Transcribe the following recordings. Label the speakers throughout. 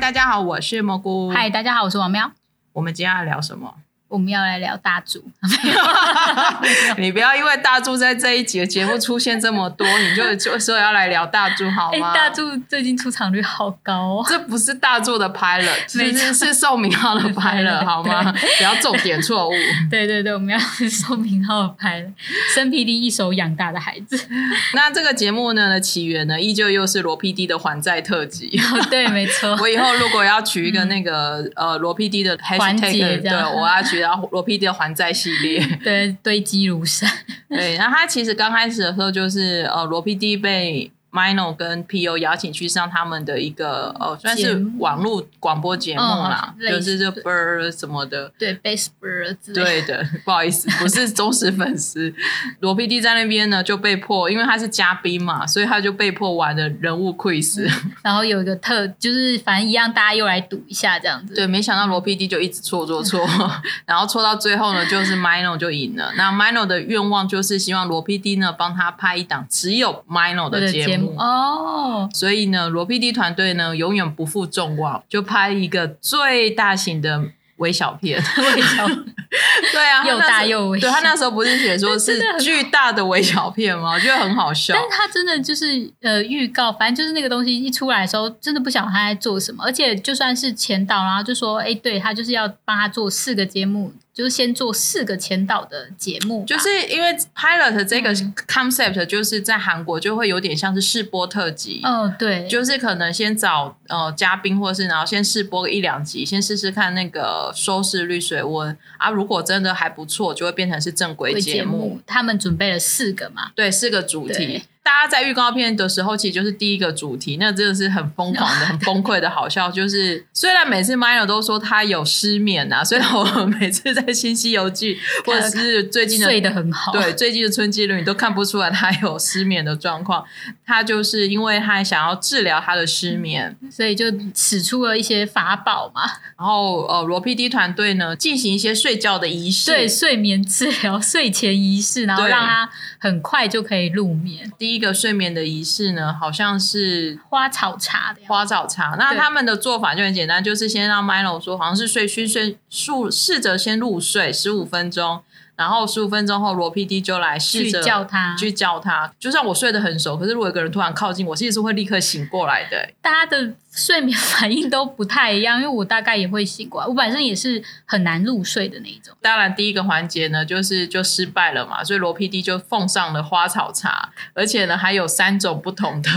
Speaker 1: 大家好，我是蘑菇。
Speaker 2: 嗨，，大家好，我是王喵，
Speaker 1: 我们今天要聊什么？
Speaker 2: 我们要来聊大竹。
Speaker 1: 你不要因为大柱在这一集的节目出现这么 多，你就就说要来聊大柱好
Speaker 2: 哎、
Speaker 1: 吗？
Speaker 2: 大柱最近出场率好高哦。
Speaker 1: 这不是大柱的拍了，其
Speaker 2: 没错
Speaker 1: 实是宋明浩的拍 了，好吗？不要重点错误。
Speaker 2: 对对对，我们要宋明浩拍了《生 PD 一手养大的孩子》
Speaker 1: 那这个节目呢的起源呢，依旧又是罗 PD 的还债特 辑。
Speaker 2: 哦，对，没错，
Speaker 1: 我以后如果要取一个那个、呃罗 PD 的
Speaker 2: 环节
Speaker 1: hashtag，
Speaker 2: 这
Speaker 1: 对，
Speaker 2: 样
Speaker 1: 我要取到罗 PD 的还债系列。
Speaker 2: 对，堆积如山。
Speaker 1: 对，那他其实刚开始的时候就是呃，罗 PD 被 Mino 跟 PO 邀请去上他们的一个呃，算
Speaker 2: 节
Speaker 1: 是
Speaker 2: 目
Speaker 1: 网络广播节目啦，
Speaker 2: 嗯类
Speaker 1: 就是
Speaker 2: 似
Speaker 1: 这 Bird 什么的。
Speaker 2: 对 b a s e b i r 之类的。
Speaker 1: 对的， 不好意思，不是忠实粉丝。罗 PD 在那边呢就被迫，因为他是嘉宾嘛，所以他就被迫玩的人物 quiz。
Speaker 2: 然后有一个特，就是反正一样，大家又来赌一下这样子。
Speaker 1: 对，没想到罗 PD 就一直错错错， 然后错到最后呢，就是 Mino 就赢了。那 Mino 的愿望就是希望罗 PD 呢帮他拍一档只有 Mino
Speaker 2: 我
Speaker 1: 的
Speaker 2: 的
Speaker 1: 节
Speaker 2: 节
Speaker 1: 目
Speaker 2: 目。哦，
Speaker 1: 所以呢，罗 PD 团队呢永远不负众望，就拍一个最大型的微小片。
Speaker 2: 我也想
Speaker 1: 对啊，他
Speaker 2: 又
Speaker 1: 那时
Speaker 2: 大
Speaker 1: 候
Speaker 2: 又微
Speaker 1: 对他那时候不是写说
Speaker 2: 真
Speaker 1: 是
Speaker 2: 的很好
Speaker 1: 巨大的微小片吗？我觉得很好笑
Speaker 2: 但。是他真的就是呃，预告，反正就是那个东西一出来的时候，真的不晓得他在做什么。而且就算是前导，然后就说，哎，对他就是要帮他做四个节目，就是先做四个前导的节目吧，
Speaker 1: 就是因为 pilot 这个
Speaker 2: 嗯
Speaker 1: concept 就是在韩国就会有点像是试播特辑，
Speaker 2: 哦，对，
Speaker 1: 就是可能先找呃嘉宾，或是然后先试播个一两集，先试试看那个收视率水温啊。如果真的还不错，就会变成是正规
Speaker 2: 为
Speaker 1: 节
Speaker 2: 节
Speaker 1: 目。
Speaker 2: 目他们准备了四个嘛，
Speaker 1: 对，四个主题
Speaker 2: 对。
Speaker 1: 大家在预告片的时候，其实就是第一个主题，那真的是很疯狂 的、很崩溃的好笑。就是虽然每次 Milo 都说他有失眠啊，虽然我们每次在《新西游记》或者是最近的
Speaker 2: 睡得很好，
Speaker 1: 对，最近的春季论，你都看不出来他有失眠的状况。他就是因为他想要治疗他的失眠，
Speaker 2: 所以就使出了一些法宝嘛，
Speaker 1: 然后呃，罗 PD 团队呢进行一些睡觉的仪式。
Speaker 2: 对，睡眠治疗、睡前仪式，然后
Speaker 1: 对
Speaker 2: 让他很快就可以入眠，
Speaker 1: 第一个睡眠的仪式呢，好像是
Speaker 2: 花草茶的呀。
Speaker 1: 花早茶。那
Speaker 2: 对
Speaker 1: 他们的做法就很简单，就是先让 Milo 说，好像是睡去睡试试着先入睡十五分钟，然后十五分钟后罗 PD 就来试
Speaker 2: 去
Speaker 1: 着
Speaker 2: 叫他，
Speaker 1: 去叫他。就算我睡得很熟，可是如果有个人突然靠近我，其实是会立刻醒过来的、
Speaker 2: 大家的睡眠反应都不太一样，因为我大概也会醒过来，我本身也是很难入睡的那一种。
Speaker 1: 当然，第一个环节呢，就是就失败了嘛，所以罗 PD 就奉上了花草茶，而且呢还有三种不同 的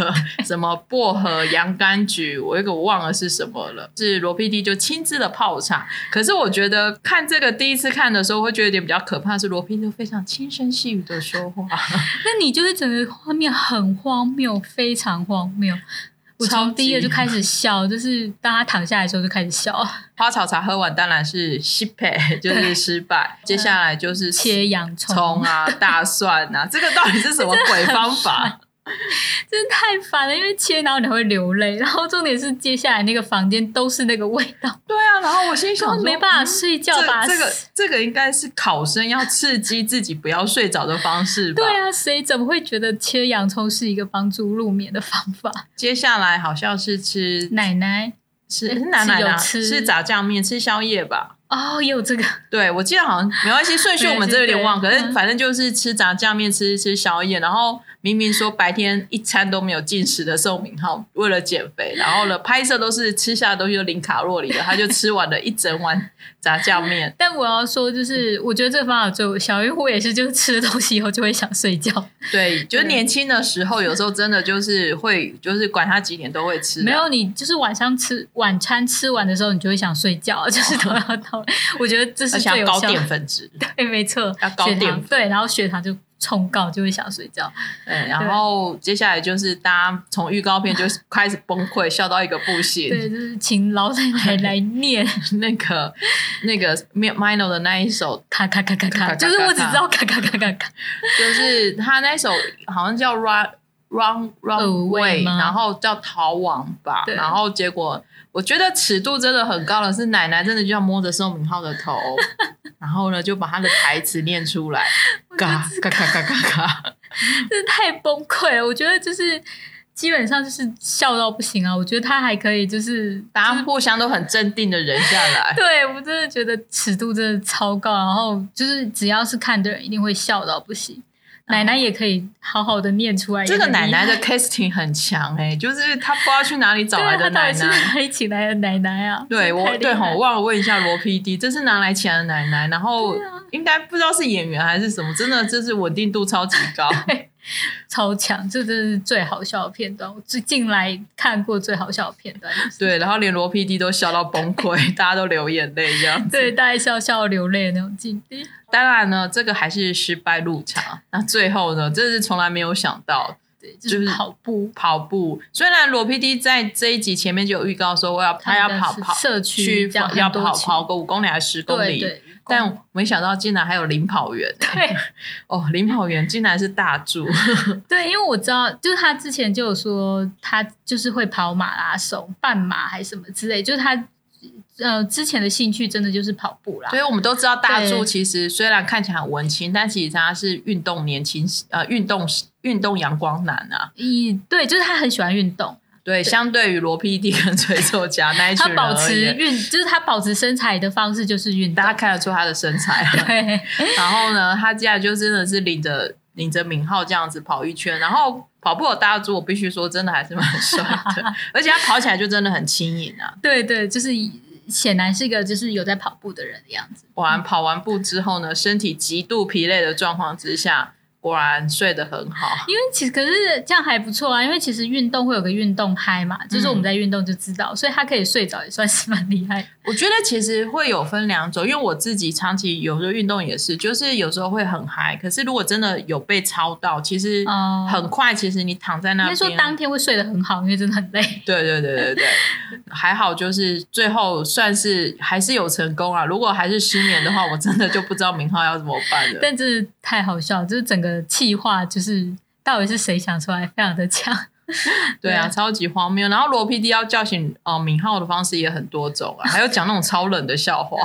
Speaker 1: 什么薄荷、洋甘菊，我一个我忘了是什么了。是罗 PD 就亲自的泡茶，可是我觉得看这个第一次看的时候，会觉得有点比较可怕，是罗 PD 非常轻声细语的说话，
Speaker 2: 那你就是整个画面很荒谬，非常荒谬。我
Speaker 1: 超
Speaker 2: 从
Speaker 1: 级
Speaker 2: 第一页就开始笑，就是当他躺下来的时候就开 始笑，
Speaker 1: 花草茶喝完当然是失 败，就是失败。接下来就是
Speaker 2: 切洋葱，
Speaker 1: 葱啊、大蒜啊，这个到底是什么鬼方法？
Speaker 2: 真的太烦了，因为切然后你会流泪，然后重点是接下来那个房间都是那个味道，
Speaker 1: 对啊，然后我心
Speaker 2: 根
Speaker 1: 想
Speaker 2: 本
Speaker 1: 说，
Speaker 2: 没办法
Speaker 1: 嗯
Speaker 2: 睡觉吧？
Speaker 1: 这这个这个应该是考生要刺激自己不要睡着的方式吧？
Speaker 2: 对啊，谁怎么会觉得切洋葱是一个帮助入眠的方法？
Speaker 1: 接下来好像是吃
Speaker 2: 奶奶
Speaker 1: 吃
Speaker 2: 嗯
Speaker 1: 奶奶
Speaker 2: 有
Speaker 1: 呢，
Speaker 2: 吃
Speaker 1: 吃炸酱面，吃宵夜吧。
Speaker 2: 哦，也有这个，
Speaker 1: 对，我记得好像没关系，顺序我们这有点忘，可
Speaker 2: 没关系
Speaker 1: 是
Speaker 2: 嗯
Speaker 1: 反正就是吃炸酱面，吃吃宵夜，然后明明说白天一餐都没有进食的宋明浩，为了减肥，然后呢拍摄都是吃下的东西都零卡路里的，他就吃完了一整碗炸酱面，
Speaker 2: 但我要说，就是我觉得这个方法最有效，因为我也是，就是吃了东西以后就会想睡觉。
Speaker 1: 对，啊就是
Speaker 2: 对
Speaker 1: 年轻的时候，有时候真的就是会，就是管他几点都会吃、啊
Speaker 2: 没，有你，就是晚上吃晚餐吃完的时候，你就会想睡觉， 就是都要到。我觉得这 是
Speaker 1: 而且
Speaker 2: 最
Speaker 1: 要
Speaker 2: 有
Speaker 1: 高
Speaker 2: 效。
Speaker 1: 淀粉质。
Speaker 2: 对，没错
Speaker 1: 要，高
Speaker 2: 血
Speaker 1: 淀
Speaker 2: 糖
Speaker 1: 粉
Speaker 2: 对，然后血糖就冲高，就会想睡觉。
Speaker 1: 嗯，然后接下来就是大家从预告片就开始崩溃，笑到一个不行。
Speaker 2: 对，就是请老奶奶来念，
Speaker 1: 那个那个 Mino 的那一首，
Speaker 2: 咔咔咔咔
Speaker 1: 咔咔咔
Speaker 2: 咔，就是我只知道咔咔咔咔咔。
Speaker 1: 就是他那首好像叫 Run Run Run
Speaker 2: Away
Speaker 1: Away，
Speaker 2: 吗
Speaker 1: 然后叫逃亡吧。
Speaker 2: 对
Speaker 1: 然后结果我觉得尺度真的很高了，是奶奶真的就要摸着宋明浩的 头，然后呢就把他的台词念出来，嘎嘎嘎嘎嘎嘎。
Speaker 2: 真的太崩溃了。我觉得就是基本上就是笑到不行啊！我觉得他还可以，就是
Speaker 1: 大家互相都很镇定的忍下 来。
Speaker 2: 对我真的觉得尺度真的超高，然后就是只要是看的人一定会笑到不行。奶奶也可以好好的念出来，
Speaker 1: 这个
Speaker 2: 也很
Speaker 1: 奶
Speaker 2: 厉害
Speaker 1: 奶 的 casting 很强哎、就是她不知道去哪里找来的
Speaker 2: 对啊
Speaker 1: 奶
Speaker 2: 她到底
Speaker 1: 奶。
Speaker 2: 是哪里请来的奶奶啊？
Speaker 1: 对，
Speaker 2: 真的
Speaker 1: 我
Speaker 2: 太厉
Speaker 1: 对
Speaker 2: 害
Speaker 1: 吼，我忘了问一下罗 PD，这是拿来钱的奶奶，然后
Speaker 2: 对啊
Speaker 1: 应该不知道是演员还是什么，真的就是稳定度超级 高。
Speaker 2: 超强，这真是最好笑的片段，我最近来看过最好笑的片段。
Speaker 1: 对，然后连罗 PD 都笑到崩溃， 大家都流眼泪这样子。
Speaker 2: 对，大家笑笑流泪的那种境地。
Speaker 1: 当然呢，这个还是失败入场。那最后呢，这是从来没有想到
Speaker 2: 对，就
Speaker 1: 就是
Speaker 2: 是跑步，
Speaker 1: 跑步。虽然罗 PD 在这一集前面就有预告说，我要他要
Speaker 2: 们
Speaker 1: 跑
Speaker 2: 是
Speaker 1: 跑
Speaker 2: 社区这样
Speaker 1: 要
Speaker 2: 很多
Speaker 1: 跑
Speaker 2: 区
Speaker 1: 跑个五公里还是十公
Speaker 2: 对
Speaker 1: 里，
Speaker 2: 对，
Speaker 1: 但没想到竟然还有领跑员、欸、
Speaker 2: 对
Speaker 1: 哦，领跑员竟然是大柱，
Speaker 2: 对，因为我知道，就是他之前就有说他就是会跑马拉松、半马还是什么之类，就是他呃之前的兴趣真的就是跑步啦
Speaker 1: 所。以我们都知道大柱
Speaker 2: 对
Speaker 1: 其实虽然看起来很文青，但其实他是运动年轻呃运动运动阳光男啊。
Speaker 2: 以对，就是他很喜欢运动，
Speaker 1: 对，相对于罗 PD 跟崔作家那一群
Speaker 2: 他
Speaker 1: 人
Speaker 2: 保
Speaker 1: 而
Speaker 2: 持
Speaker 1: 言，
Speaker 2: 运，就是他保持身材的方式就是运动
Speaker 1: 大家。看得出他的身材啊、
Speaker 2: 对，
Speaker 1: 然后呢，他竟然就真的是领着领着敏浩这样子跑一圈，然后跑步有大柱，我必须说真的还是蛮帅 的，而且他跑起来就真的很轻盈啊。
Speaker 2: 对对，就是显然是一个就是有在跑步的人的样子。
Speaker 1: 果然跑完步之后呢，身体极度疲累的状况之下，果然睡得很好。
Speaker 2: 因为其实可是这样还不错啊，因为其实运动会有个运动嗨嘛，就是我
Speaker 1: 嗯
Speaker 2: 们在运动就知道，所以他可以睡着也算是蛮厉害的。
Speaker 1: 我觉得其实会有分两种，因为我自己长期有时候运动也是，就是有时候会很嗨，可是如果真的有被超到，其实
Speaker 2: 哦
Speaker 1: 很快，其实你躺在那
Speaker 2: 应
Speaker 1: 边，
Speaker 2: 该说当天会睡得很好，因为真的很累。
Speaker 1: 对对对对对， 还好就是最后算是还是有成功啊。如果还是失眠的话，我真的就不知道明浩要怎么办了。
Speaker 2: 但真的太好笑，就是整个气话就是到底是谁想出来，非常的强。
Speaker 1: 对啊，
Speaker 2: 对
Speaker 1: 超级荒谬。然后罗 PD 要叫醒哦明浩的方式也很多种啊，还有讲那种超冷的笑话。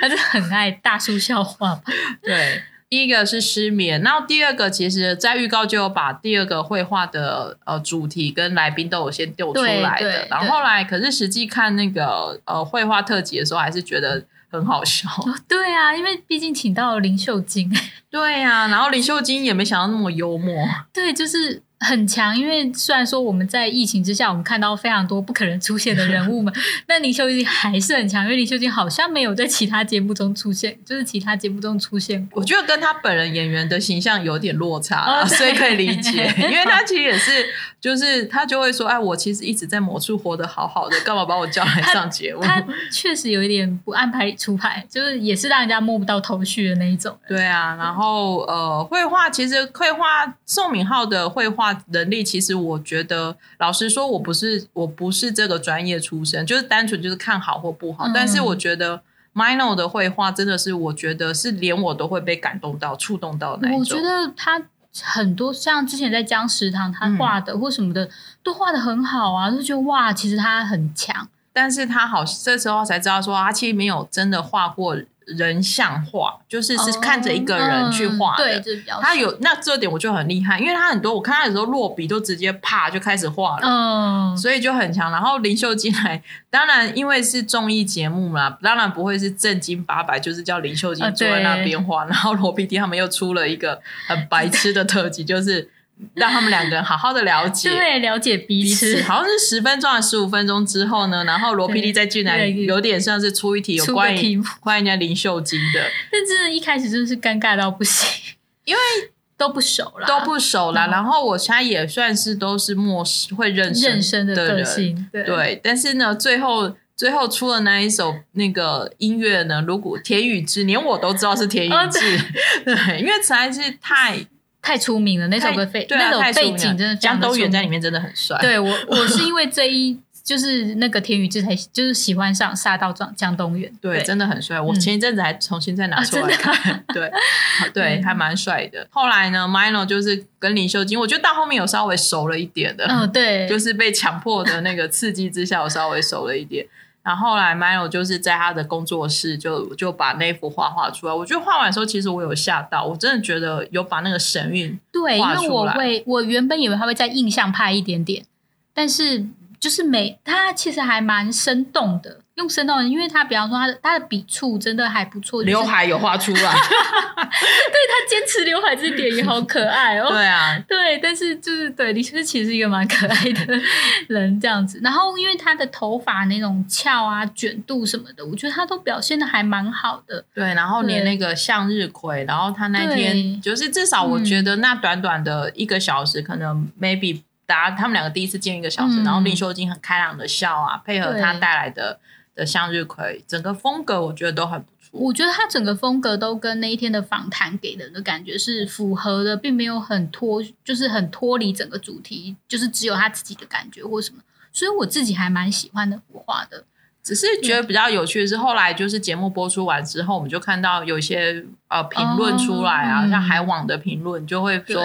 Speaker 2: 他是很爱大叔笑话吧？
Speaker 1: 对，第一个是失眠，然后第二个其实在预告就有把第二个绘画的呃主题跟来宾都有先丢出
Speaker 2: 对
Speaker 1: 来的
Speaker 2: 对，
Speaker 1: 然后
Speaker 2: 对
Speaker 1: 后来可是实际看那个呃绘画特辑的时候，还是觉得很好笑。
Speaker 2: 哦，对啊，因为毕竟请到了林秀晶，
Speaker 1: 对呀、然后林秀晶也没想到那么幽默，
Speaker 2: 对，就是很强。因为虽然说我们在疫情之下，我们看到非常多不可能出现的人物们，但林秀晶还是很强，因为林秀晶好像没有在其他节目中出现，就是其他节目中出现过
Speaker 1: 我。觉得跟她本人演员的形象有点落差啦
Speaker 2: 哦对
Speaker 1: 所以可以理解， 因为她其实也是，就是她就会说，哎，我其实一直在某处活得好好的，干嘛把我叫来上节目？
Speaker 2: 他确实有一点不按牌理出牌，就是也是让人家摸不到头绪的那一种。
Speaker 1: 对啊，然后呃，绘画其实绘画宋敏浩的绘画能力，其实我觉得，老实说，我不是我不是这个专业出身，就是单纯就是看好或不好，
Speaker 2: 嗯
Speaker 1: 但是我觉得。Mino 的绘画真的是，我觉得是连我都会被感动到、触动到的那一
Speaker 2: 我
Speaker 1: 种
Speaker 2: 觉。得他很多像之前在江食堂他画的或什么的，都画的很好啊，就觉得哇，其实他很强。
Speaker 1: 但是他好这时候才知道说，他其实没有真的画过人像画，就是是看着一个人去画
Speaker 2: 嗯
Speaker 1: 的。
Speaker 2: 对，就比较
Speaker 1: 他有那这点我就很厉害，因为他很多我看他有时候落笔都直接啪就开始画了。
Speaker 2: 嗯，
Speaker 1: 所以就很强，然后林秀晶来，当然因为是综艺节目啦，当然不会是正经八百，就是叫林秀晶
Speaker 2: 啊
Speaker 1: 坐在那
Speaker 2: 对
Speaker 1: 边画。然后罗 PD 他们又出了一个很白痴的特辑，就是让他们两个人好好的了 解，
Speaker 2: 就为嗯了了解彼
Speaker 1: 彼
Speaker 2: 此
Speaker 1: 此，好像是十分钟还是十五分钟之后呢，然后罗 PD
Speaker 2: 对
Speaker 1: 再进来，
Speaker 2: 对
Speaker 1: 有点像是出一题有
Speaker 2: 出个
Speaker 1: 关
Speaker 2: 题
Speaker 1: 于
Speaker 2: 目
Speaker 1: 关于人家林秀晶的，
Speaker 2: 但真的一开始真是尴尬到不行，
Speaker 1: 因为
Speaker 2: 都不熟啦，
Speaker 1: 都不熟啦。
Speaker 2: 嗯
Speaker 1: 然后我现在也算是都是陌生会认识
Speaker 2: 认生的个
Speaker 1: 人，
Speaker 2: 性，对
Speaker 1: 对。但是呢，最后最后出了那一首那个音乐呢，如果田雨志，连我都知道是田雨
Speaker 2: 哦
Speaker 1: 志， 对，因为实在是太
Speaker 2: 太出名了，那首歌背
Speaker 1: 对
Speaker 2: 那
Speaker 1: 啊，
Speaker 2: 首
Speaker 1: 太出
Speaker 2: 背
Speaker 1: 名了
Speaker 2: 景真的非常
Speaker 1: 江
Speaker 2: 的
Speaker 1: 东
Speaker 2: 出
Speaker 1: 元在
Speaker 2: 名
Speaker 1: 里面真的很帅，
Speaker 2: 对我，我是因为这一就是那个田宇智才就是喜欢上《杀到江江东远》
Speaker 1: 对，真的很帅。我前一阵子还重新再
Speaker 2: 啊
Speaker 1: 拿出来看，对对，
Speaker 2: 嗯
Speaker 1: 还蛮帅的。后来呢，Mino 就是跟林秀晶，我觉得到后面有稍微熟了一点的，
Speaker 2: 嗯对，
Speaker 1: 就是是被强迫的那个刺激之下，我稍微熟了一点。然后后来 Milo 就是在他的工作室就就把那幅画画出来。我觉得画完的时候，其实我有吓到，我真的觉得有把那个神韵
Speaker 2: 对，因
Speaker 1: 画
Speaker 2: 为
Speaker 1: 出
Speaker 2: 我
Speaker 1: 来
Speaker 2: 会，我原本以为他会再印象派一点点，但是就是每他其实还蛮生动的，用生动的，因为他比方说他的他的笔触真的还不错，就是
Speaker 1: 刘海有画出来。
Speaker 2: 他坚持刘海这点也好可爱哦。
Speaker 1: 对啊，
Speaker 2: 对，但是就是对李诗琪是一个蛮可爱的人这样子。然后因为她的头发那种翘啊、卷度什么的，我觉得她都表现的还蛮好的。
Speaker 1: 对，然后连那个向日葵，然后他那天
Speaker 2: 对嗯
Speaker 1: 就是至少我觉得那短短的一个小时，可能 maybe 大家他们两个第一次见一个小时，
Speaker 2: 嗯
Speaker 1: 然后林秀晶很开朗的笑啊，配合
Speaker 2: 对
Speaker 1: 他带来的的向日葵，整个风格我觉得都很不错。
Speaker 2: 我觉得她整个风格都跟那一天的访谈给人的感觉是符合的，并没有很脱，就是很脱离整个主题，就是只有她自己的感觉或什么。所以我自己还蛮喜欢那幅画的。
Speaker 1: 只是觉
Speaker 2: 嗯
Speaker 1: 得比较有趣的是，后来就是节目播出完之后，我们就看到有一些呃评论出来啊，
Speaker 2: 哦嗯
Speaker 1: 像海网的评论就会
Speaker 2: 对，
Speaker 1: 说，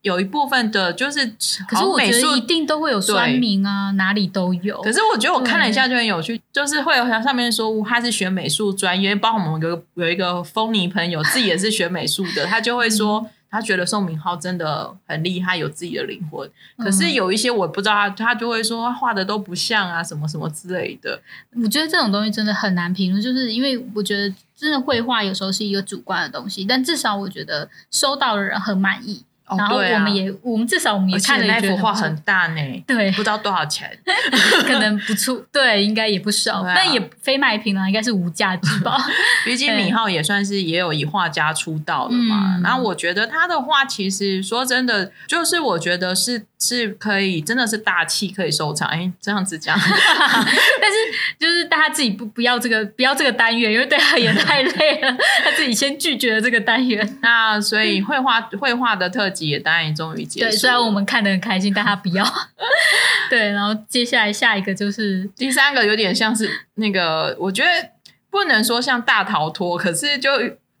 Speaker 1: 有一部分的就是
Speaker 2: 可是
Speaker 1: 好像
Speaker 2: 我
Speaker 1: 美
Speaker 2: 觉
Speaker 1: 术
Speaker 2: 得一定都会有酸
Speaker 1: 对
Speaker 2: 民啊，哪里都有。
Speaker 1: 可是我觉得我看了一下就很有趣，就是会有上面说他是学美术专业，包括我们有个有一个风泥朋友，自己也是学美术的，他就会说他觉得宋明浩真的很厉害，有自己的灵魂。可是有一些我不知道他，他就会说他画的都不像啊，什么什么之类的。
Speaker 2: 我觉得这种东西真的很难评论，就是因为我觉得真的绘画有时候是一个主观的东西，但至少我觉得收到的人很满意，
Speaker 1: 哦
Speaker 2: 然后
Speaker 1: 对啊
Speaker 2: 我们也我们至少我们也
Speaker 1: 而且
Speaker 2: 看了
Speaker 1: 那
Speaker 2: 也觉
Speaker 1: 幅
Speaker 2: 得
Speaker 1: 画
Speaker 2: 不错
Speaker 1: 很大呢，
Speaker 2: 对
Speaker 1: 不，知道多少钱。
Speaker 2: 可能 不错，对，应该也不少，
Speaker 1: 对啊
Speaker 2: 但也非卖品啊了，应该是无价 之宝。
Speaker 1: 毕竟
Speaker 2: 对
Speaker 1: 米浩也算是也有以画家出道的嘛。
Speaker 2: 嗯
Speaker 1: 那我觉得他的画，其实说真的，就是我觉得是是可以，真的是大气可以收藏。哎，这样子讲，
Speaker 2: 但是就是大家自己不不要这个不要这个单元，因为对他也太累了，他自己先拒绝了这个单元。
Speaker 1: 那所以绘画绘画的特 辑也当然终于结束了。
Speaker 2: 对，虽然我们看得很开心，但他不 要。对，然后接下来下一个就是
Speaker 1: 第三个有点像是那个，我觉得不能说像大逃脱，可是就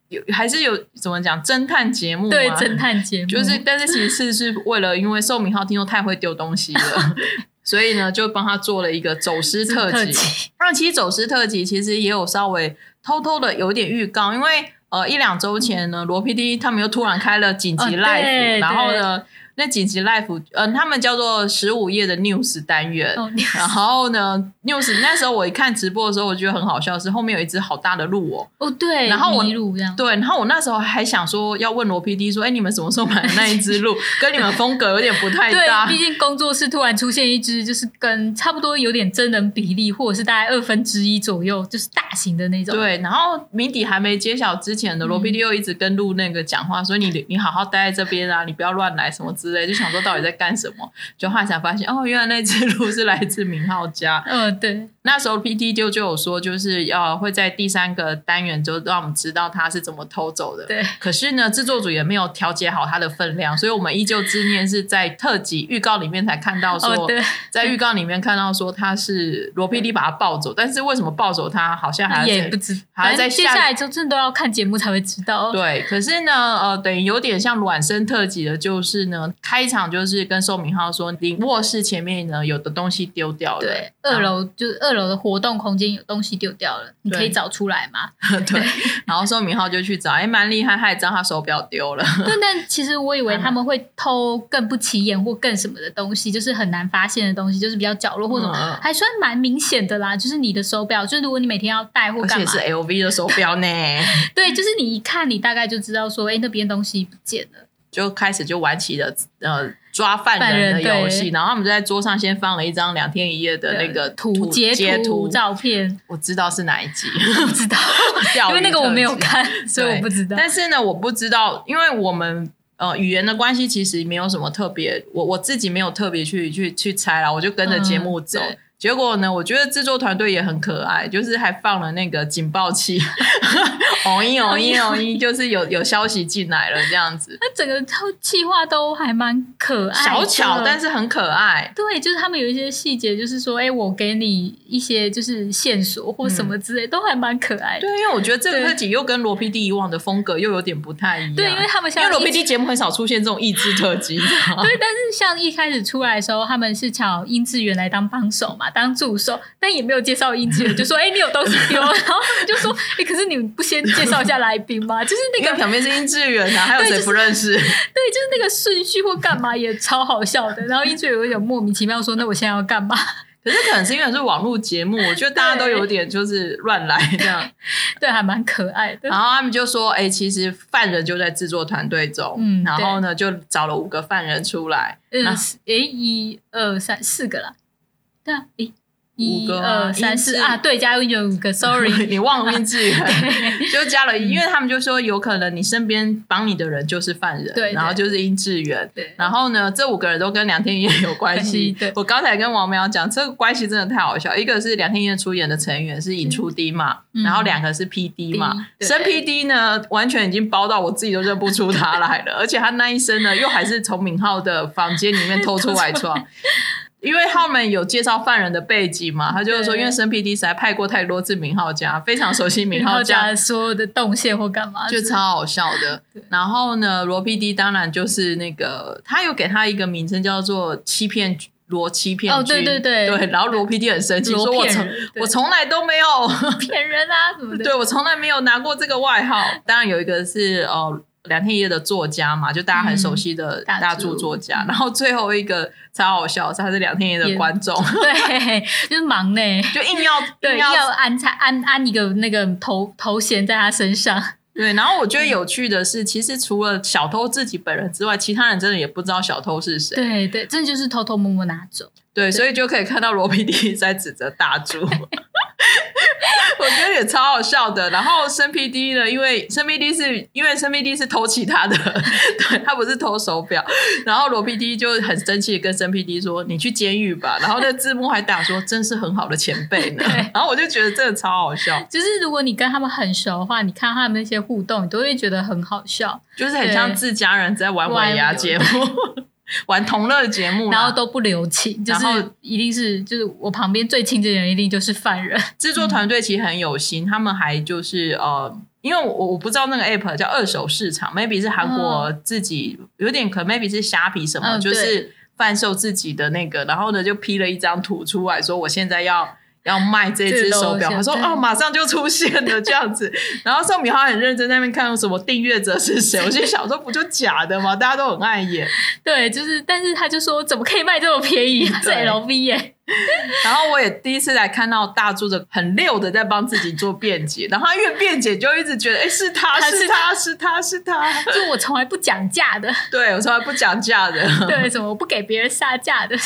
Speaker 1: 有还是有怎么讲侦探节目嘛
Speaker 2: 对侦探节目，
Speaker 1: 啊就是，但是其实是为了，因为宋明浩听说太会丢东西 了，所以呢，就帮他做了一个走失特
Speaker 2: 特
Speaker 1: 辑
Speaker 2: 辑。
Speaker 1: 那其实走失特辑其实也有稍微偷偷的有点预告，因为呃一两周前呢，罗 PD 他们又突然开了紧急
Speaker 2: 嗯哦
Speaker 1: live，、
Speaker 2: 对
Speaker 1: 然后呢，那紧急 live，呃，他们叫做十五页的 news 单元。
Speaker 2: 哦你
Speaker 1: 然后呢，news 那时候我一看直播的时候，我觉得很好笑，是后面有一只好大的鹿哦，
Speaker 2: 哦，对，
Speaker 1: 然后我
Speaker 2: 麋鹿这样，
Speaker 1: 对，然后我那时候还想说要问罗 PD 说，哎，你们什么时候买的那一只鹿，跟你们风格有点不太搭
Speaker 2: 毕。竟工作室突然出现一只，就是跟差不多有点真人比例，或者是大概二分之一左右，就是大型的那种。，
Speaker 1: 对，然后谜底还没揭晓之前的罗 PD 又一直跟鹿那个讲话，说你你好好待在这边啊，你不要乱来什么之类，就想说到底在干什么，就后来才发现哦，原来那只鹿是来自明浩家。
Speaker 2: 嗯、对，
Speaker 1: 那时候 PT 就就有说，就是要会在第三个单元就让我们知道他是怎么偷走的。
Speaker 2: 对，
Speaker 1: 可是呢，制作组也没有调节好它的分量，所以我们依旧执念是在特辑预告里面才看到说，
Speaker 2: 哦，对，
Speaker 1: 在预告里面看到说他是罗 PD 把他抱走，但是为什么抱走他好像还要
Speaker 2: 也
Speaker 1: 再
Speaker 2: 不知，
Speaker 1: 还要
Speaker 2: 反
Speaker 1: 再
Speaker 2: 正
Speaker 1: 下
Speaker 2: 接下来就真的都要看节目才会知道。哦
Speaker 1: 对，可是呢，呃，等于有点像卵生特辑的，就是呢，开场就是跟宋明浩说，你卧室前面呢有的东西丢掉了，
Speaker 2: 对，
Speaker 1: 然后
Speaker 2: 二楼就是二楼的活动空间有东西丢掉了，你可以找出来 吗？
Speaker 1: 对，然后宋明浩就去找，哎，蛮厉害，他也知道他手表丢了，
Speaker 2: 但但其实我以为他们会偷更不起眼或更什么的东西，就是很难发现的东西，就是比较角落或什么，
Speaker 1: 嗯嗯
Speaker 2: 还算蛮明显的啦。就是你的手表，就是如果你每天要戴或
Speaker 1: 而
Speaker 2: 干
Speaker 1: 且
Speaker 2: 嘛
Speaker 1: 是，LV 的手表呢，
Speaker 2: 对，就是你一看，你大概就知道说，哎、那边东西不见了。
Speaker 1: 就开始就玩起了呃抓犯
Speaker 2: 犯
Speaker 1: 人的
Speaker 2: 人对
Speaker 1: 游戏，然后他们就在桌上先放了一张两天一夜的那个
Speaker 2: 图
Speaker 1: 截
Speaker 2: 截
Speaker 1: 图，
Speaker 2: 照片，
Speaker 1: 我知道是哪一集，
Speaker 2: 不 知道，
Speaker 1: 钓
Speaker 2: 因为
Speaker 1: 鱼
Speaker 2: 那个我没有
Speaker 1: 特辑
Speaker 2: 看，所以我不知道。
Speaker 1: 但是呢，我不知道，因为我们呃语言的关系，其实没有什么特别，我我自己没有特别去去去猜啦，我就跟着节目走。
Speaker 2: 嗯对
Speaker 1: 结果呢？我觉得制作团队也很可爱，就是还放了那个警报 器，
Speaker 2: 哎
Speaker 1: 哦一哦一哦一，就是有有消息进来了这样子，
Speaker 2: 它整个套计划都还蛮可哎爱
Speaker 1: 小
Speaker 2: 的，
Speaker 1: 巧但是很可爱。
Speaker 2: 对，就是他们有一些细节，就是说，哎、我给你一些就是线索或什
Speaker 1: 嗯
Speaker 2: 么之类，都还蛮可爱的
Speaker 1: 对。，因为我觉得这个
Speaker 2: 对
Speaker 1: 特辑又跟罗 PD 以往的风格又有点不太一样。
Speaker 2: 对，因为他们
Speaker 1: 因
Speaker 2: 像
Speaker 1: 为罗
Speaker 2: 一
Speaker 1: PD 节目很少出现这种益智特辑，你知道吗
Speaker 2: 对，但是像一开始出来的时候，他们是巧英志源来当帮手嘛，当助手，但也没有介绍音 乐，就说哎、你有东西丢，然后他们就说哎、可是你不先介绍一下来宾吗？就是 那
Speaker 1: 因为
Speaker 2: 个
Speaker 1: 旁边是殷志远啊，还有
Speaker 2: 对就
Speaker 1: 谁
Speaker 2: 是
Speaker 1: 不认识？
Speaker 2: 对，就是那个顺序或干嘛也超好笑的。然后音乐有一点莫名其妙说那我现在要干嘛？
Speaker 1: 可是可能是因为是网络节目，我觉得大家都有点就是乱来这样。
Speaker 2: 对，还蛮可爱的
Speaker 1: 然。后他们就说：“哎、其实犯人就在制作团队中。
Speaker 2: 嗯
Speaker 1: 然后呢，就找了五个犯人出来，
Speaker 2: 嗯，
Speaker 1: 那
Speaker 2: 诶，一二三四个啦，对啊，诶，
Speaker 1: 五
Speaker 2: 一
Speaker 1: 个啊
Speaker 2: 二三
Speaker 1: 一
Speaker 2: 四
Speaker 1: 至
Speaker 2: 啊，对，加入有五个，sorry， 嗯
Speaker 1: 你忘了志 远，就加了，因为他们就说有可能你身边帮你的人就是犯人，
Speaker 2: 对对
Speaker 1: 然后就是殷志远。
Speaker 2: 对，。
Speaker 1: 然后呢，这五个人都跟梁天一夜有关系
Speaker 2: 对
Speaker 1: 我刚才跟王苗讲，这个关系真的太好笑。一个是梁天一夜出演的成员是尹初 D 嘛，
Speaker 2: 嗯
Speaker 1: 然后两个是 PD 嘛。
Speaker 2: D，对
Speaker 1: 生 PD 呢，完全已经包到我自己都认不出他来了，而 且他那一身呢，又还是从敏浩的房间里面偷出来穿。因为他们有介绍犯人的背景嘛，他就是说，
Speaker 2: 对
Speaker 1: 因为生 PD 实在派过太多次敏浩家，非常熟悉敏
Speaker 2: 然后
Speaker 1: 浩家
Speaker 2: 加所有的动线或干嘛，
Speaker 1: 就超好笑
Speaker 2: 啊
Speaker 1: 的。 然后呢，罗 PD 当然就是那个，他有给他一个名称叫做“欺骗局罗欺骗
Speaker 2: 哦
Speaker 1: 君”，
Speaker 2: 对对对
Speaker 1: 对。然后罗 PD 很生气，
Speaker 2: 罗
Speaker 1: 说我
Speaker 2: 骗
Speaker 1: 从
Speaker 2: 人对
Speaker 1: 我从来都没有，
Speaker 2: 骗人啊什么的，
Speaker 1: 对我从来没有拿过这个外号。当然有一个是哦。梁天一的作家嘛，就大家很熟悉的
Speaker 2: 嗯大
Speaker 1: 大
Speaker 2: 著
Speaker 1: 著作家，然后最后一个超好笑，他是梁天一的
Speaker 2: 也
Speaker 1: 观 众，
Speaker 2: 对，就是 忙呢。
Speaker 1: 就硬要
Speaker 2: 对，
Speaker 1: 硬要
Speaker 2: 要安插安安一个那个头头衔在他身上，
Speaker 1: 对，然后我觉得有趣的是，其实除了小偷自己本人之外，其他人真的也不知道小偷是谁。
Speaker 2: 对对，真的就是偷偷摸摸拿走，
Speaker 1: 对，所以就可以看到罗 PD 在指责大 柱，我觉得也超好笑的。然后申 PD 呢，因为申 PD 是因为申 PD 是偷其他的， 对他不是偷手表。然后罗 PD 就很生气的跟申 PD 说：“你去监狱吧。”然后那字幕还打说：“真是很好的前辈呢。
Speaker 2: 对”
Speaker 1: 然后我就觉得真的超好笑，
Speaker 2: 就是如果你跟他们很熟的话，你看他们那些互动，你都会觉得很好笑，
Speaker 1: 就是很像
Speaker 2: 对
Speaker 1: 自家人在玩
Speaker 2: 玩
Speaker 1: 尾牙节目， 玩同乐节目啦，
Speaker 2: 然后都不留情，就
Speaker 1: 然后
Speaker 2: 是一定是就是我旁边最亲近的人一定就是犯人，
Speaker 1: 制作团队其实很有心，他们还就是呃，因为我我不知道那个 app 叫二手市场，maybe 是韩国自己、有点可能，maybe 是虾皮什么，
Speaker 2: 嗯
Speaker 1: 就是贩售自己的那个，然后呢就 P 了一张图出来说我现在要。要卖这只手表，他
Speaker 2: 这个东西
Speaker 1: 说
Speaker 2: 对
Speaker 1: 哦，马上就出现了这样子。然后宋敏浩很认真在那边看什么订阅者是谁，我心想说不就假的吗？大家都很爱演。
Speaker 2: 对，就是但是他就说怎么可以卖这么便宜，
Speaker 1: 嗯
Speaker 2: 他是 LV 耶、
Speaker 1: 然后我也第一次来看到大柱的很溜的在帮自己做辩解，然后他越辩解就一直觉得，哎，是他
Speaker 2: 他
Speaker 1: 是
Speaker 2: 是
Speaker 1: 他是他是他，
Speaker 2: 就我从来不讲价的，
Speaker 1: 对我从来不讲价的，
Speaker 2: 对，什么我不给别人下架的，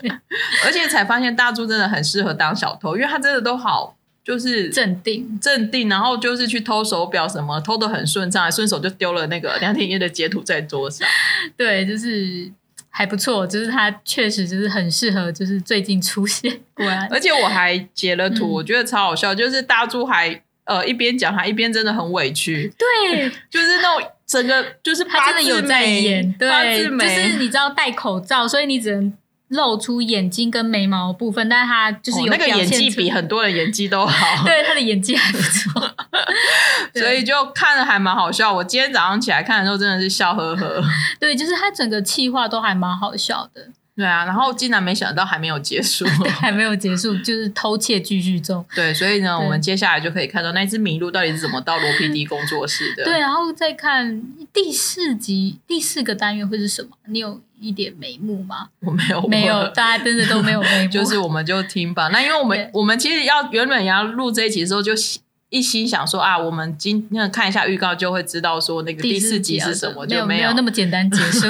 Speaker 1: 而且才发现大柱真的很适合当小偷，因为他真的都好就是
Speaker 2: 镇定，
Speaker 1: 镇定，然后就是去偷手表什么，偷的很顺畅，还顺手就丢了那个梁天一的截图在桌上。
Speaker 2: 对，就是还不错，就是他确实就是很适合，就是最近出 现，果然
Speaker 1: 而且我还截了图，
Speaker 2: 嗯
Speaker 1: 我觉得超好笑，就是大柱还呃一边讲他一边真的很委屈，
Speaker 2: 对
Speaker 1: 就是那种整个就是
Speaker 2: 他
Speaker 1: 八
Speaker 2: 真的有
Speaker 1: 字
Speaker 2: 在
Speaker 1: 眉，
Speaker 2: 演，
Speaker 1: 八
Speaker 2: 对，
Speaker 1: 字眉
Speaker 2: 就是你知道戴口罩，所以你只能露出眼睛跟眉毛的部分，但是他就是
Speaker 1: 哦
Speaker 2: 有
Speaker 1: 那个
Speaker 2: 表
Speaker 1: 演
Speaker 2: 现
Speaker 1: 技
Speaker 2: 出
Speaker 1: 比很多人演技都好，
Speaker 2: 对他的演技还不错，对
Speaker 1: 所以就看的还蛮好笑。我今天早上起来看的时候，真的是笑呵呵。
Speaker 2: 对，就是他整个气话都还蛮好笑的，
Speaker 1: 对啊，然后竟然没想到还没有结 束，
Speaker 2: 还没有结束，就是偷窃继续中。
Speaker 1: 对，所以呢，
Speaker 2: 对嗯
Speaker 1: 我们接下来就可以看到那只麋鹿到底是怎么到罗 PD 工作室的。
Speaker 2: 对，，然后再看第四集第四个单元会是什么？你有一点眉目吗？
Speaker 1: 我没有，
Speaker 2: 没有，
Speaker 1: 我。
Speaker 2: 大家真的都没有眉 目。
Speaker 1: 就是我们就听吧。那因为我们
Speaker 2: 对
Speaker 1: 我们其实要原本要录这一集的时候，就一心想说啊，我们今那个看一下预告就会知道说那个第四集
Speaker 2: 啊
Speaker 1: 是什么，
Speaker 2: 没
Speaker 1: 就
Speaker 2: 有没
Speaker 1: 有
Speaker 2: 那么简单 结束。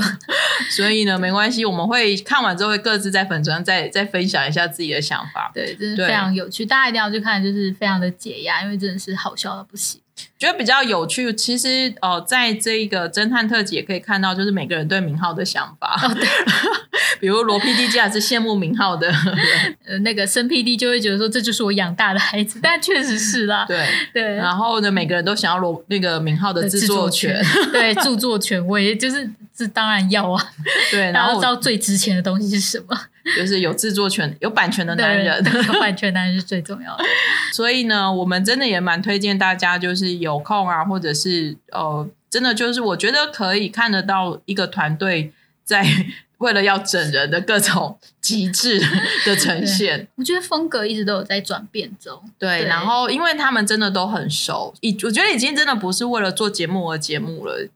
Speaker 1: 所以呢，没关系，我们会看完之后会各自在粉砖再再分享一下自己的想法。
Speaker 2: 对，真
Speaker 1: 对
Speaker 2: 是非常有趣，大家一定要去看，就是非常的解压，因为真的是好笑到不行。
Speaker 1: 觉得比较有趣，其实呃，在这个侦探特辑也可以看到，就是每个人对明浩的想法。
Speaker 2: 哦，对，
Speaker 1: 比如罗 PD 竟然是羡慕明浩的，
Speaker 2: 呃，那个生 PD 就会觉得说这就是我养大的孩子，但确实是啦，
Speaker 1: 对。啊
Speaker 2: 对，
Speaker 1: 然后呢，每个人都想要罗那个明浩的制作权，，
Speaker 2: 对，著作权，我也就是这当然要啊，
Speaker 1: 对。然
Speaker 2: 大家
Speaker 1: 后
Speaker 2: 知道最值钱的东西是什么？
Speaker 1: 就是有制作权、有版权的男人，
Speaker 2: 对有版权男人是最重要的。
Speaker 1: 所以呢，我们真的也蛮推荐大家，就是有空啊，或者是呃，真的就是我觉得可以看得到一个团队在 为了要整人的各种极致的呈现。
Speaker 2: 我觉得风格一直都有在转变中。
Speaker 1: 对，
Speaker 2: 对
Speaker 1: 然后因为他们真的都很熟，已我觉得已经真的不是为了做节目而节目了，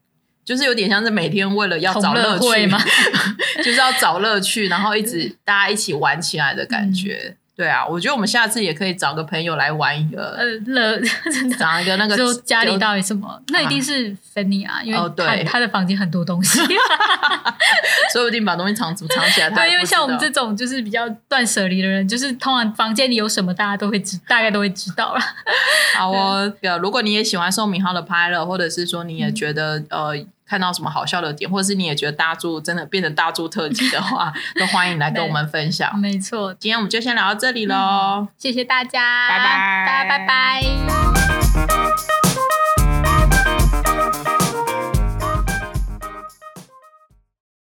Speaker 1: 就是有点像是每天为了要找
Speaker 2: 同乐
Speaker 1: 趣
Speaker 2: 会吗
Speaker 1: 就是要找乐 趣，然后一直大家一起玩起来的感
Speaker 2: 嗯
Speaker 1: 觉。对啊，我觉得我们下次也可以找个朋友来玩一个，
Speaker 2: 呃，乐真的。
Speaker 1: 找一个那个
Speaker 2: 就家里到底什么？那一定是芬妮啊，因为
Speaker 1: 哦对
Speaker 2: 她她的房间很多 东西。
Speaker 1: 说不定把东西藏藏起来。他也
Speaker 2: 对，因为
Speaker 1: 不知
Speaker 2: 像我们
Speaker 1: 道
Speaker 2: 这种就是比较断舍离的人，就是通常房间里有什么，大家都会知，大概都会知道啦。
Speaker 1: 好哦，呃如果你也喜欢宋明浩的拍了，或者是说你也觉得、呃看到什么好笑的点，或者是你也觉得大柱真的变成大柱特辑的话，都欢迎来跟我们分享。
Speaker 2: 没错，
Speaker 1: 今天我们就先聊到这里喽。
Speaker 2: 谢谢大家，
Speaker 1: 拜拜
Speaker 2: 大家拜拜。